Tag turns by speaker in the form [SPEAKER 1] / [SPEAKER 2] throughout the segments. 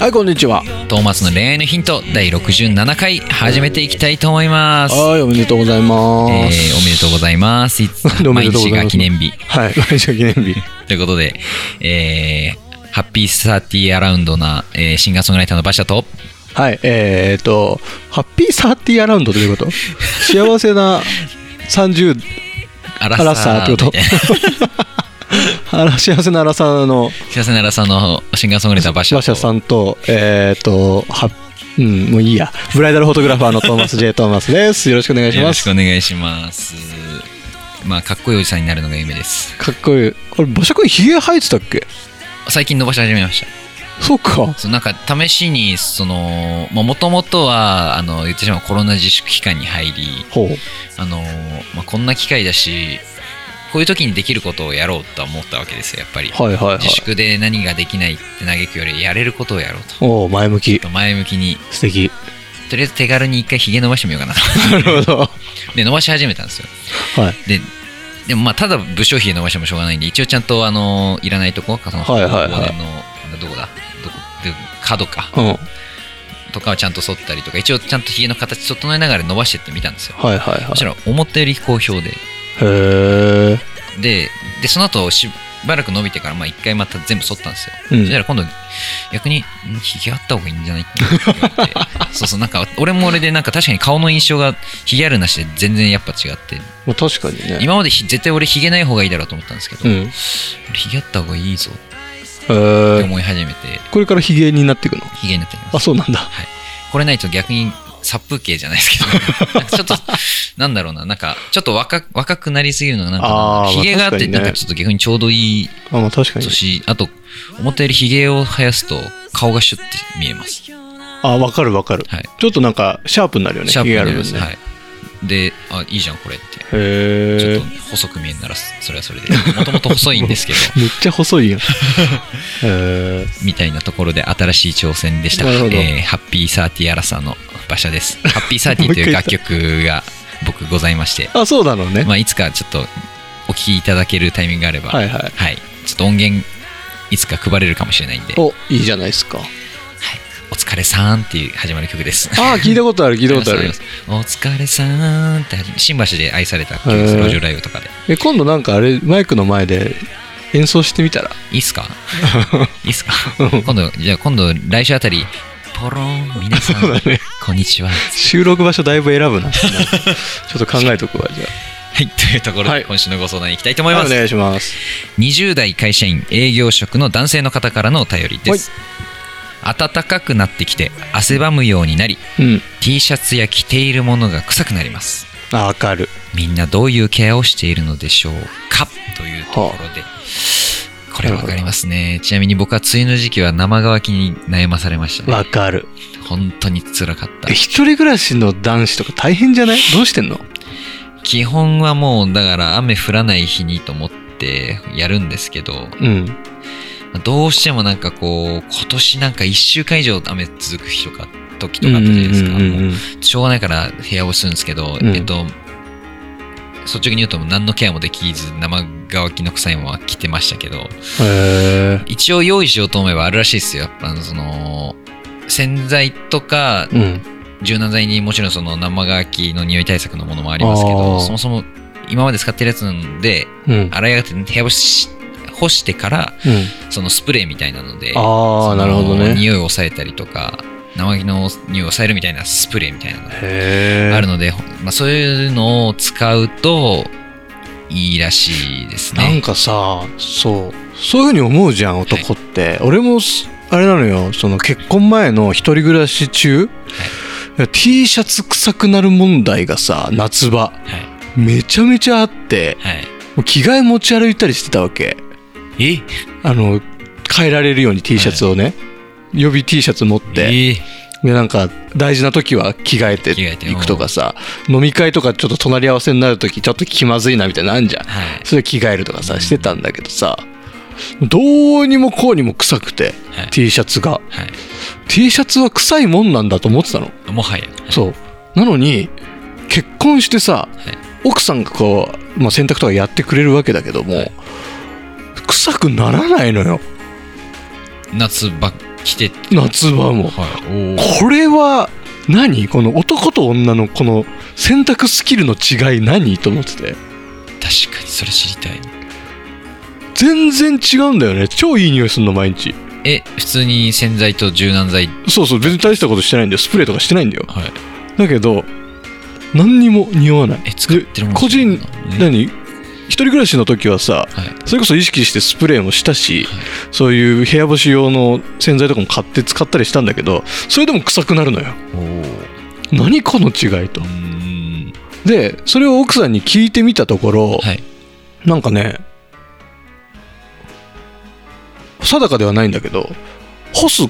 [SPEAKER 1] はい、こんにちは。
[SPEAKER 2] トーマスの恋愛のヒント第67回始めていきたいと思います
[SPEAKER 1] はい、おめでとうござい
[SPEAKER 2] えー、おめ
[SPEAKER 1] ま。
[SPEAKER 2] ですとうございますいつ
[SPEAKER 1] おめ
[SPEAKER 2] 毎
[SPEAKER 1] でとう
[SPEAKER 2] 日
[SPEAKER 1] ございます
[SPEAKER 2] が記念日
[SPEAKER 1] はい、毎週記念日。
[SPEAKER 2] ということで、えー、ハッピーサーティーアラウンドな、えーシンガーソングライターの馬車と
[SPEAKER 1] はい、えー、っと、ハッピーサーティーアラウンドということ 幸せな30、
[SPEAKER 2] アラ
[SPEAKER 1] アラサーってこと
[SPEAKER 2] み たいな
[SPEAKER 1] あら幸せな荒さの
[SPEAKER 2] 幸せなアラサーのシンガーソングライター馬車と
[SPEAKER 1] 馬車さんと、えー、っと、はうん、もういいや。ブライダルフォトグラファーのトーマス・ J ・トーマスです。よろしくお願いし
[SPEAKER 2] よろ
[SPEAKER 1] ま
[SPEAKER 2] し
[SPEAKER 1] す。
[SPEAKER 2] くお願いしますまあかっこいいおじさんになるのが夢です
[SPEAKER 1] かっこいい。あれ、馬車くん、ヒゲ生えてたっけ
[SPEAKER 2] 最近伸ばし始めました
[SPEAKER 1] そうか。
[SPEAKER 2] そうなんか試しにそのもともとはあの言ってしまうコロナ自粛期間に入り
[SPEAKER 1] ほう。
[SPEAKER 2] あの、まあ、こんな機会だしこういう時にできることをやろうとは思ったわけですよやっぱり、
[SPEAKER 1] はいはいはい
[SPEAKER 2] 自。粛で何ができないって嘆くよりやれることをやろうと
[SPEAKER 1] おお前向き。
[SPEAKER 2] 前向きに
[SPEAKER 1] 素敵。
[SPEAKER 2] とりあえず手軽に一回ひげ伸ばしてみようかな
[SPEAKER 1] なるほど。は
[SPEAKER 2] で伸ばし始めたんですよ
[SPEAKER 1] い。
[SPEAKER 2] ででもまあただ武将ひげ伸ばしてもしょうがないんで一応ちゃんとあのいらないとこその
[SPEAKER 1] はいはいはい
[SPEAKER 2] 往年のどこだどこで角か
[SPEAKER 1] うん。
[SPEAKER 2] とかをちゃんと剃ったりとか一応ちゃんとひげの形整えながら伸ばしてってみたんですよ
[SPEAKER 1] はいはいは
[SPEAKER 2] そしたら思ったより好評で
[SPEAKER 1] い。へえ。
[SPEAKER 2] ででその後しばらく伸びてからまあ一回また全部剃ったんですよ、
[SPEAKER 1] うん
[SPEAKER 2] そしたら今度逆にんひげあった方がいいんじゃないって思って そうそうなんか俺も俺でなんか確かに顔の印象がひげあるなしで全然やっぱ違って
[SPEAKER 1] まあ、確かにね。
[SPEAKER 2] 今までひ絶対俺ひげない方がいいだろうと思ったんですけど、
[SPEAKER 1] うん。え
[SPEAKER 2] 俺ひげあった方がいいぞって
[SPEAKER 1] ー、
[SPEAKER 2] 思い始めて
[SPEAKER 1] これからヒゲになっていくの
[SPEAKER 2] ひげになってきます
[SPEAKER 1] あ、そうなんだ。
[SPEAKER 2] はい、これないと逆に殺風景じゃないですけ ど、なんかちょっと、なんだろうな、なんか、ちょっと若若くなりすぎるのが、なん
[SPEAKER 1] あ
[SPEAKER 2] か、
[SPEAKER 1] ー
[SPEAKER 2] ひげがあっ
[SPEAKER 1] まあ確か
[SPEAKER 2] て、
[SPEAKER 1] にね
[SPEAKER 2] なんかちょっと逆にちょうどいい
[SPEAKER 1] あ、まあ確かに。
[SPEAKER 2] 年、あと、思ったよりひげを生やすと、顔がシュッて見えます。
[SPEAKER 1] あ、わかるわかる、
[SPEAKER 2] はい
[SPEAKER 1] ちょっとなんか、シャープになるよね。
[SPEAKER 2] シャープ
[SPEAKER 1] ヒゲあ
[SPEAKER 2] に
[SPEAKER 1] る
[SPEAKER 2] 見えます。
[SPEAKER 1] 分ね。
[SPEAKER 2] はい。で、あ、いいじゃん、これって。ち
[SPEAKER 1] へ
[SPEAKER 2] ょ
[SPEAKER 1] え
[SPEAKER 2] っ。と細く見えんなら、それはそれで。もともと細いん ですけど、
[SPEAKER 1] めっちゃ 細いやん。へ
[SPEAKER 2] みたいなところで新しい挑戦でした。
[SPEAKER 1] なるほど
[SPEAKER 2] えーハッピーサーティーアラサーの馬車です。ハッピーサーティーという楽曲が僕ございまして、
[SPEAKER 1] ーあ、そうなのね。
[SPEAKER 2] まあ、いつかちょっとお聞きいただけるタイミングがあれば、
[SPEAKER 1] はいはい
[SPEAKER 2] ちょっと音源いつか配れるかもしれないんで、はい、
[SPEAKER 1] お、いいじゃない ですか。
[SPEAKER 2] お疲れさーんっていう始まる曲です。
[SPEAKER 1] あ、聞いたことある、聞いたことあ
[SPEAKER 2] あり
[SPEAKER 1] る
[SPEAKER 2] ま。すお疲れさーんって始め新橋で愛された曲です、
[SPEAKER 1] へー
[SPEAKER 2] 路上ライブとかで。
[SPEAKER 1] え、今度なんかあれ、マイクの前で演奏してみたら。
[SPEAKER 2] いいっす かいいっすか今度、じゃあ今度来週あたり、ポロン、皆さん、
[SPEAKER 1] そうだね
[SPEAKER 2] こんにちは。
[SPEAKER 1] 収録場所だいぶ選ぶな。なんかちょっと考えとくわ、じゃ
[SPEAKER 2] はい、というところ
[SPEAKER 1] は
[SPEAKER 2] で
[SPEAKER 1] い
[SPEAKER 2] 今週のご相談に行きたいと思い
[SPEAKER 1] あ。
[SPEAKER 2] ま
[SPEAKER 1] お
[SPEAKER 2] す。
[SPEAKER 1] 願いします。
[SPEAKER 2] 20代会社員営業職の男性の方からのお便りです、暖かくなってきて汗ばむようになり
[SPEAKER 1] うん。
[SPEAKER 2] T シャツや着ているものが臭くなります
[SPEAKER 1] あ、わかる。
[SPEAKER 2] みんなどういうケアをしているのでしょうかというところで、これわかりますねちなみに僕は梅雨の時期は生乾きに悩まされましたね
[SPEAKER 1] わかる。
[SPEAKER 2] 本当につらかった
[SPEAKER 1] え一人暮らしの男子とか大変じゃないどうしてんの
[SPEAKER 2] 基本はもうだから雨降らない日にと思ってやるんですけど
[SPEAKER 1] うん。
[SPEAKER 2] どうしてもなんかこう今年なんか1週間以上雨続く日とか時とかあったじゃないですか、
[SPEAKER 1] うんうんうんうん
[SPEAKER 2] もうしょうがないから部屋をするんですけど、
[SPEAKER 1] うん
[SPEAKER 2] えっと率直に言うと何のケアもできず生乾きの臭いものは着てましたけど
[SPEAKER 1] へえ。
[SPEAKER 2] 一応用意しようと思えばあるらしいですよやっぱあのその洗剤とか
[SPEAKER 1] うん。
[SPEAKER 2] 柔軟剤にもちろんその生乾きの匂い対策のものもありますけ
[SPEAKER 1] あ
[SPEAKER 2] ど
[SPEAKER 1] ー
[SPEAKER 2] そもそも今まで使ってるやつなんで
[SPEAKER 1] うん。
[SPEAKER 2] 洗い上がって部屋干し干してから
[SPEAKER 1] うん、
[SPEAKER 2] そのスプレーみたいなので
[SPEAKER 1] あ
[SPEAKER 2] そ
[SPEAKER 1] あ、
[SPEAKER 2] の
[SPEAKER 1] なるほどね。
[SPEAKER 2] 匂いを抑えたりとか生木の匂いを抑えるみたいなスプレーみたいなのが
[SPEAKER 1] へえ。
[SPEAKER 2] あるので、まあ、そういうのを使うといいらしいです
[SPEAKER 1] なん
[SPEAKER 2] ね。
[SPEAKER 1] かさ、そう。そういうふうに思うじゃん、男って。俺もす、あれなのよ、その結婚前の一人暮らし中、T シャツ臭くなる問題がさ、夏場、
[SPEAKER 2] はい
[SPEAKER 1] めちゃめちゃあって、
[SPEAKER 2] はい、
[SPEAKER 1] もう着替え持ち歩いたりしてたわけ。
[SPEAKER 2] え
[SPEAKER 1] あの、変えられるように T シャツをね、予備 T シャツ持って。
[SPEAKER 2] え
[SPEAKER 1] でなんか大事な時は着替えて
[SPEAKER 2] 着替えて
[SPEAKER 1] いくとかさ飲み会とかちょっと隣り合わせになる時ちょっと気まずいなみたいなのあんじゃん
[SPEAKER 2] はい
[SPEAKER 1] それ着替えるとかさしてたんだけどさどうにもこうにも臭くて、
[SPEAKER 2] はい
[SPEAKER 1] T シャツが
[SPEAKER 2] はい
[SPEAKER 1] T シャツは臭いもんなんだと思ってたの
[SPEAKER 2] もはや
[SPEAKER 1] そうなのに結婚してさ、
[SPEAKER 2] はい
[SPEAKER 1] 奥さんがこう、まあ、洗濯とかやってくれるわけだけども、
[SPEAKER 2] はい
[SPEAKER 1] 臭くならないのよ
[SPEAKER 2] 夏ば来て
[SPEAKER 1] 夏場も
[SPEAKER 2] はいおー
[SPEAKER 1] これは何この男と女のこの洗濯スキルの違い何と思ってて
[SPEAKER 2] 確かにそれ知りたい
[SPEAKER 1] 全然違うんだよね超いい匂いすんの毎日
[SPEAKER 2] え普通に洗剤と柔軟剤
[SPEAKER 1] そうそう別に大したことしてないんだよスプレーとかしてないんだよ
[SPEAKER 2] はい
[SPEAKER 1] だけど何にも匂わない
[SPEAKER 2] え使ってるもの
[SPEAKER 1] で個人
[SPEAKER 2] ね
[SPEAKER 1] 何一人暮らしの時はさ
[SPEAKER 2] はい
[SPEAKER 1] それこそ意識してスプレーもした
[SPEAKER 2] は
[SPEAKER 1] し、
[SPEAKER 2] い
[SPEAKER 1] そういう部屋干し用の洗剤とかも買って使ったりしたんだけどそれでも臭くなるのよ
[SPEAKER 2] おー
[SPEAKER 1] 何この違いと
[SPEAKER 2] うーん
[SPEAKER 1] でそれを奥さんに聞いてみたところ、
[SPEAKER 2] はい
[SPEAKER 1] なんかね定かではないんだけど干す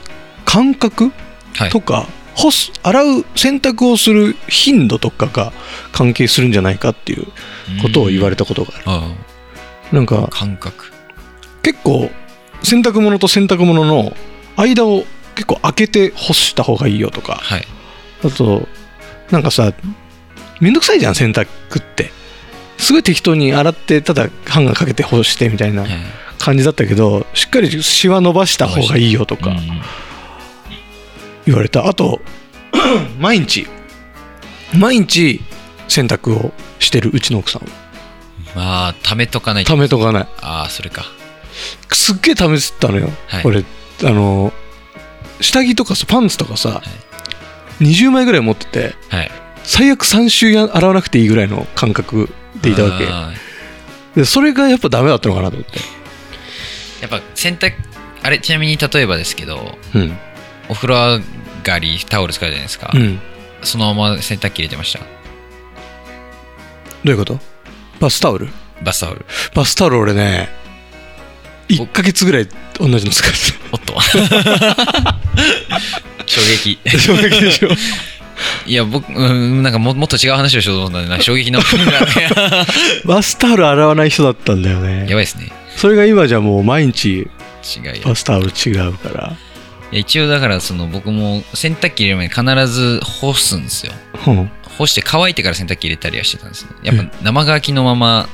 [SPEAKER 1] 感覚
[SPEAKER 2] はい
[SPEAKER 1] とか、干す洗う洗濯をする頻度とかが関係するんじゃないかっていうことを言われ
[SPEAKER 2] て
[SPEAKER 1] たことがある、
[SPEAKER 2] あ
[SPEAKER 1] なんか
[SPEAKER 2] あ感覚
[SPEAKER 1] 結構洗濯物と洗濯物の間を結構開けて干した方がいいよとか
[SPEAKER 2] はい
[SPEAKER 1] あとなんかさめんどくさいじゃん洗濯ってすごい適当に洗ってただハンガーかけて干してみたいな
[SPEAKER 2] はい
[SPEAKER 1] 感じだったけどしっかりシワ伸ばした方がいいよと
[SPEAKER 2] う
[SPEAKER 1] か
[SPEAKER 2] ん
[SPEAKER 1] 言われたあと 毎日毎日洗濯をしてるうちの奥さんは
[SPEAKER 2] まあためとかないと
[SPEAKER 1] ためとかない
[SPEAKER 2] ああそれか
[SPEAKER 1] すっげえ試してたのよ、
[SPEAKER 2] はい
[SPEAKER 1] 俺あの下着とかさパンツとかさ、20枚ぐらい持ってて
[SPEAKER 2] はい
[SPEAKER 1] 最悪3週や洗わなくていいぐらいの感覚でいたわけ
[SPEAKER 2] あー
[SPEAKER 1] でそれがやっぱダメだったのかなと思って
[SPEAKER 2] やっぱ洗濯あれちなみに例えばですけど
[SPEAKER 1] うん
[SPEAKER 2] お風呂上がりタオル使うじゃないですか、
[SPEAKER 1] うん
[SPEAKER 2] そのまま洗濯機入れてました
[SPEAKER 1] どういうことバスタオル
[SPEAKER 2] バスタオル
[SPEAKER 1] バスタオル俺ね1ヶ月ぐらい同じの使ってた
[SPEAKER 2] おっと 衝撃
[SPEAKER 1] 衝撃でしょ
[SPEAKER 2] いや僕うんなんかももっと違う話をしようと思ったんでなんか衝 撃の部分がね
[SPEAKER 1] バスタオル洗わない人だったんだよね
[SPEAKER 2] やばいですね
[SPEAKER 1] それが今じゃもう毎日
[SPEAKER 2] 違い
[SPEAKER 1] バスタオル違うから
[SPEAKER 2] いや一応だからその僕も洗濯機入れる前に必ず干すんですよ
[SPEAKER 1] うん
[SPEAKER 2] 干して乾いてから洗濯機入れたりはしてたんですねやっぱ生乾きのまま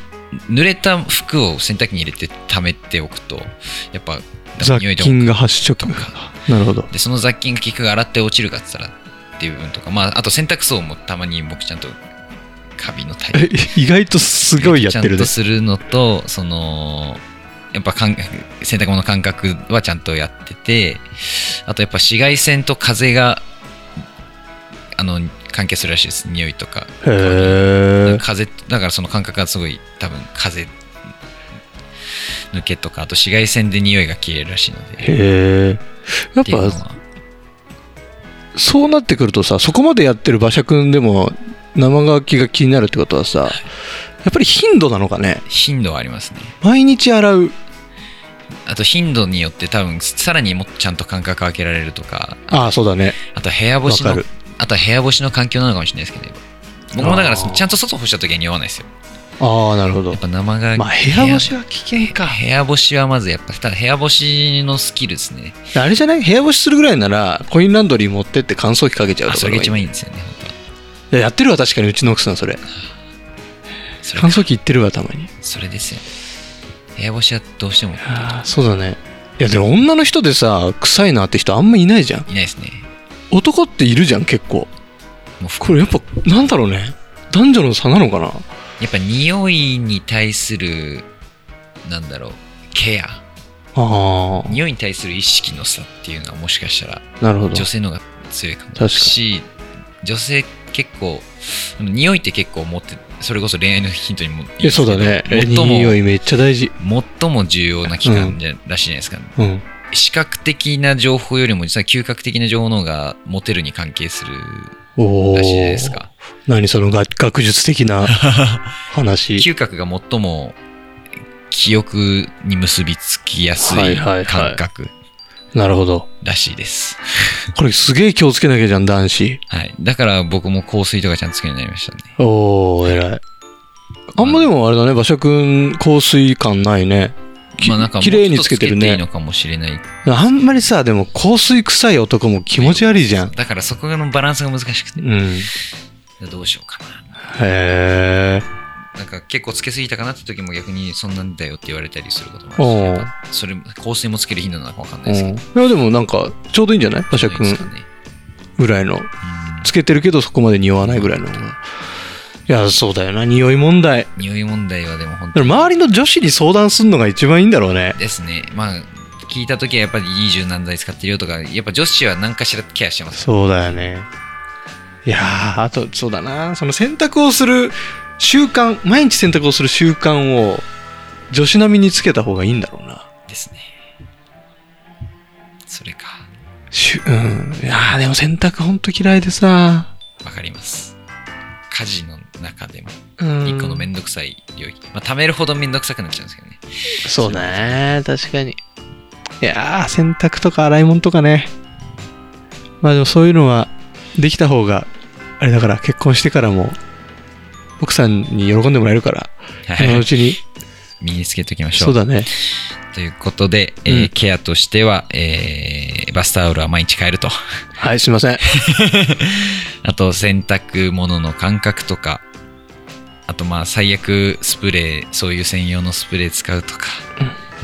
[SPEAKER 2] 濡れた服を洗濯機に入れて溜めておくとやっぱ
[SPEAKER 1] 雑
[SPEAKER 2] 匂いと
[SPEAKER 1] 菌が発色
[SPEAKER 2] とか
[SPEAKER 1] なるほど
[SPEAKER 2] でその雑菌が結局洗って落ちるかっつったらっていう部分とかまああと洗濯槽もたまに僕ちゃんとカビのタイプ
[SPEAKER 1] え意外とすごいやってる
[SPEAKER 2] ちゃん
[SPEAKER 1] ね
[SPEAKER 2] とするのとそのやっぱ感覚洗濯物の感覚はちゃんとやっててあとやっぱ紫外線と風があの関係するらしいです匂いとか
[SPEAKER 1] へえ
[SPEAKER 2] 風だからその感覚がすごい多分風抜けとかあと紫外線で匂いが消えるらしいので
[SPEAKER 1] へえや
[SPEAKER 2] っ
[SPEAKER 1] っ
[SPEAKER 2] ていうの
[SPEAKER 1] ぱ
[SPEAKER 2] は
[SPEAKER 1] そうなってくるとさそこまでやってる馬車くんでも生乾きが気になるってことはさやっぱり頻度なのかね
[SPEAKER 2] 頻度はありますね
[SPEAKER 1] 毎日洗う
[SPEAKER 2] あと頻度によって多分さらにもっとちゃんと感覚開けられるとか
[SPEAKER 1] ああそうだね
[SPEAKER 2] あと部屋干し
[SPEAKER 1] わか
[SPEAKER 2] の
[SPEAKER 1] る
[SPEAKER 2] あとは部屋干しの環境なのかもしれないですけど僕もだか
[SPEAKER 1] あ
[SPEAKER 2] ら
[SPEAKER 1] ー
[SPEAKER 2] ちゃんと外干した時は匂わないですよ
[SPEAKER 1] ああなるほど
[SPEAKER 2] やっぱ生が
[SPEAKER 1] まあ部屋干しは危険か
[SPEAKER 2] 部屋干しはまずやっぱただ部屋干しのスキルですね
[SPEAKER 1] あれじゃない部屋干しするぐらいならコインランドリー持ってって乾燥機かけちゃう
[SPEAKER 2] あ
[SPEAKER 1] と
[SPEAKER 2] そ
[SPEAKER 1] か
[SPEAKER 2] れ
[SPEAKER 1] が
[SPEAKER 2] が一番
[SPEAKER 1] いい
[SPEAKER 2] いいんですよね本
[SPEAKER 1] いややってるわ確かにうちの奥さんそれ
[SPEAKER 2] 当それ
[SPEAKER 1] 乾燥機いってるわたまに
[SPEAKER 2] それですよ部屋干しはどうしてもい
[SPEAKER 1] そうだねいやでも女の人でさ臭いなって人あんまいないじゃん
[SPEAKER 2] ないですね
[SPEAKER 1] 男っているじゃん結構
[SPEAKER 2] もう服
[SPEAKER 1] これやっぱなんだろうね男女の差なのかな
[SPEAKER 2] やっぱ匂いに対するなんだろうケア
[SPEAKER 1] あ
[SPEAKER 2] 匂いに対する意識の差っていうのはもしかしたら
[SPEAKER 1] あなるほど
[SPEAKER 2] 女性の方が強いかも
[SPEAKER 1] 確かに
[SPEAKER 2] し女性結構でも匂いって結構持ってそれこそ恋愛のヒントにも
[SPEAKER 1] えそうだねえ
[SPEAKER 2] 最も
[SPEAKER 1] 匂いめっちゃ大事
[SPEAKER 2] 最も重要な期間じゃらしいじゃないですか、
[SPEAKER 1] うん
[SPEAKER 2] 視覚的な情報よりも実は嗅覚的な情報の方がモテるに関係する
[SPEAKER 1] おお
[SPEAKER 2] らしいじゃないですか
[SPEAKER 1] 何そのが学術的 な話
[SPEAKER 2] 嗅覚が最も記憶に結びつきやす
[SPEAKER 1] はい
[SPEAKER 2] い
[SPEAKER 1] はいはい
[SPEAKER 2] 感覚
[SPEAKER 1] なるほど。
[SPEAKER 2] らしいです。
[SPEAKER 1] これすげえ気をつけなきゃじゃん、男子。
[SPEAKER 2] はい。だから僕も香水とかちゃんとつけるようになりましたね。
[SPEAKER 1] おー、偉い。あんまでもあれだね、馬車くん、香水感ないね。き
[SPEAKER 2] まあなんかもう
[SPEAKER 1] 綺麗につけてるね
[SPEAKER 2] ちょっとつけいいのかもしれない。
[SPEAKER 1] あんまりさ、でも香水臭い男も気持ち悪いじゃん。
[SPEAKER 2] だからそこのバランスが難しくて
[SPEAKER 1] う。ん。
[SPEAKER 2] どうしようかな。
[SPEAKER 1] へえ。
[SPEAKER 2] なんか結構つけすぎたかなって時も逆にそんなんだよって言われたりすることも
[SPEAKER 1] お
[SPEAKER 2] あ
[SPEAKER 1] う
[SPEAKER 2] るしやっぱそれも香水もつける頻度なのかわかんな
[SPEAKER 1] う
[SPEAKER 2] いで
[SPEAKER 1] ん。い
[SPEAKER 2] すけど。
[SPEAKER 1] や、でもなんか、ちょうどいいんじゃない馬車
[SPEAKER 2] ど
[SPEAKER 1] く
[SPEAKER 2] うです
[SPEAKER 1] ん
[SPEAKER 2] かね
[SPEAKER 1] ぐらいの。
[SPEAKER 2] うん
[SPEAKER 1] つけてるけどそこまで匂わないぐらいの方が。いや、そうだよな、匂い問題。
[SPEAKER 2] 匂い問題はでも本
[SPEAKER 1] だか
[SPEAKER 2] 当
[SPEAKER 1] ら
[SPEAKER 2] に。
[SPEAKER 1] 周りの女子に相談するのが一番いいんだろうね。
[SPEAKER 2] ですね。まあ聞いた時はやっぱりいい柔軟剤使ってるよとか、やっぱ女子は何かしらケアしてます。
[SPEAKER 1] そうだよね。いやー、あと、そうだな、その洗濯をする習慣、毎日洗濯をする習慣を女子並みにつけた方がいいんだろうな。
[SPEAKER 2] ですね。それか。
[SPEAKER 1] しゅうん。いやー、でも洗濯ほんと嫌いでさ。
[SPEAKER 2] わかります。家事の中でも
[SPEAKER 1] うん。
[SPEAKER 2] 一個のめんどくさい領域。まあ、貯めるほどめんどくさくなっちゃうんですけどね。
[SPEAKER 1] そうね、確かに。いやー、洗濯とか洗い物とかね。まあでもそういうのはできた方が、あれだから結婚してからも、奥さんに喜んでもらえるから、
[SPEAKER 2] は
[SPEAKER 1] 今のう
[SPEAKER 2] い。
[SPEAKER 1] ちに。
[SPEAKER 2] 身につけておきましょ
[SPEAKER 1] そう
[SPEAKER 2] う。
[SPEAKER 1] だね。
[SPEAKER 2] ということで、えー
[SPEAKER 1] うん
[SPEAKER 2] ケアとしては、えーバスタオルは毎日変えると。
[SPEAKER 1] はい、すいません。
[SPEAKER 2] あと、洗濯物の間隔とか、あと、まあ、最悪スプレー、そういう専用のスプレー使うとか、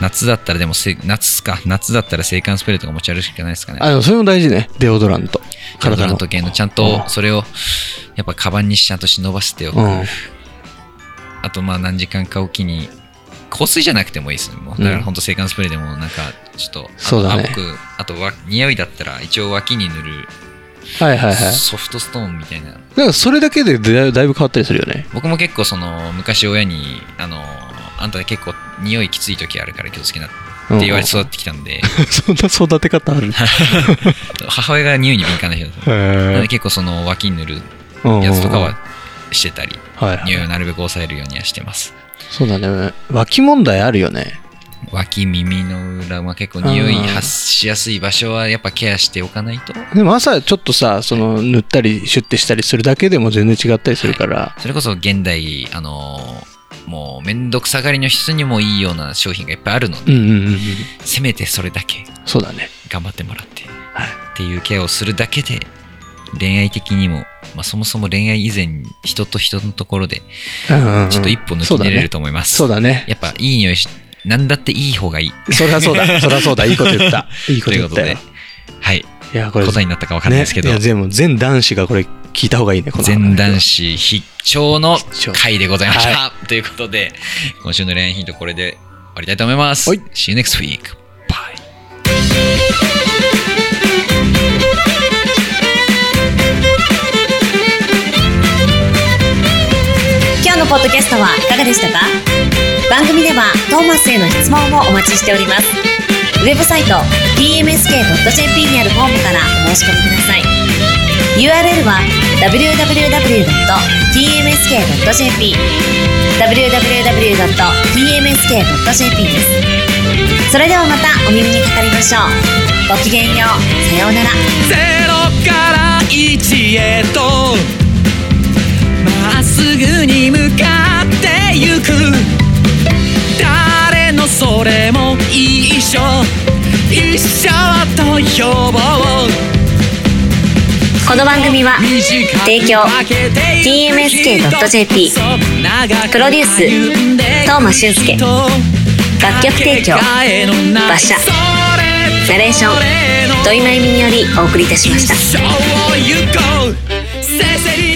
[SPEAKER 2] 夏だったら、でもせ、夏か、夏だったら制汗スプレーとか持ち歩くしかないですかね。
[SPEAKER 1] あ、でもそれも大事ね。デオドラント。
[SPEAKER 2] 体
[SPEAKER 1] 体
[SPEAKER 2] の
[SPEAKER 1] の。
[SPEAKER 2] 時計のちゃん
[SPEAKER 1] う
[SPEAKER 2] と
[SPEAKER 1] ん
[SPEAKER 2] それをやっぱカバンにちゃんと忍ばせておく、
[SPEAKER 1] うん
[SPEAKER 2] あとまあ何時間かおきに香水じゃなくてもいいですねもうだからほんと制汗スプレーでもなんかちょっと、あと
[SPEAKER 1] そうだね
[SPEAKER 2] あ僕あとわ匂いだったら一応脇に塗る
[SPEAKER 1] はいはいはい。
[SPEAKER 2] ソフトストーンみたいな
[SPEAKER 1] だからそれだけでだいだいぶ変わったりするよね。
[SPEAKER 2] 僕も結構その昔親にあのあんた結構匂いきつい時あるから気をつけなって
[SPEAKER 1] うん
[SPEAKER 2] 言われて育ってきたんで、
[SPEAKER 1] そんな育て方ある。
[SPEAKER 2] 母親が匂いに敏感な人だったなの
[SPEAKER 1] へ
[SPEAKER 2] で結構その脇に塗る
[SPEAKER 1] え
[SPEAKER 2] やつとかは、してたり
[SPEAKER 1] はいはい
[SPEAKER 2] 匂いをなるべく抑えるようにはしてます
[SPEAKER 1] そうだね。脇問題あるよね。
[SPEAKER 2] 脇耳の裏は結構匂い発しやすい場所はやっぱケアしておかないと
[SPEAKER 1] でも朝ちょっとさ、その塗ったりシュッてしたりするだけでも全然違ったりするから。
[SPEAKER 2] それこそ現代あのーもうめんどくさがりの人にもいいような商品がいっぱいあるの
[SPEAKER 1] う
[SPEAKER 2] で、
[SPEAKER 1] んうんうんうん。
[SPEAKER 2] せめてそれだけ
[SPEAKER 1] そうだね。
[SPEAKER 2] 頑張ってもらって、
[SPEAKER 1] はい
[SPEAKER 2] っていうケアをするだけで恋愛的にも、まあ、そもそも恋愛以前に人と人のところで
[SPEAKER 1] うんうん
[SPEAKER 2] ちょっと一歩抜き出れると思います、
[SPEAKER 1] そうだね。
[SPEAKER 2] やっぱいい匂いしなんだっていい方がいい
[SPEAKER 1] そりゃそ うだ。そりゃそうだ。いいこと言った。いいこと
[SPEAKER 2] という
[SPEAKER 1] 言
[SPEAKER 2] こと
[SPEAKER 1] ったよ。
[SPEAKER 2] ではい
[SPEAKER 1] いや、これ、
[SPEAKER 2] 答えになったかわかんないですけど、
[SPEAKER 1] ねいや、全部、全男子がこれ聞いた方がいいね、この話
[SPEAKER 2] 全男子必聴の
[SPEAKER 1] 必聴
[SPEAKER 2] 回でございました、ということで今週の恋愛ヒントこれで終わりたいと思います、
[SPEAKER 1] はい
[SPEAKER 2] See you next week bye
[SPEAKER 3] Podcast 今日のポッドキャストはいかがでしたか番組ではトーマスへの質問もお待ちしておりますウェブサイト tmsk.jp にあるフォームからお申し込みください URL は www.tmsk.jp www.tmsk.jp ですそれではまたお耳にかかりましょうごきげんようさようなら
[SPEAKER 4] ゼロから一へとまっすぐに向かってゆく誰のそれも一緒一緒と呼ぼう
[SPEAKER 3] この番組は提供 TMSK.jp プロデュース東間俊介楽曲提供馬車ナレーション土井真由美によりお送りいたしました
[SPEAKER 4] 一生を行こうせせり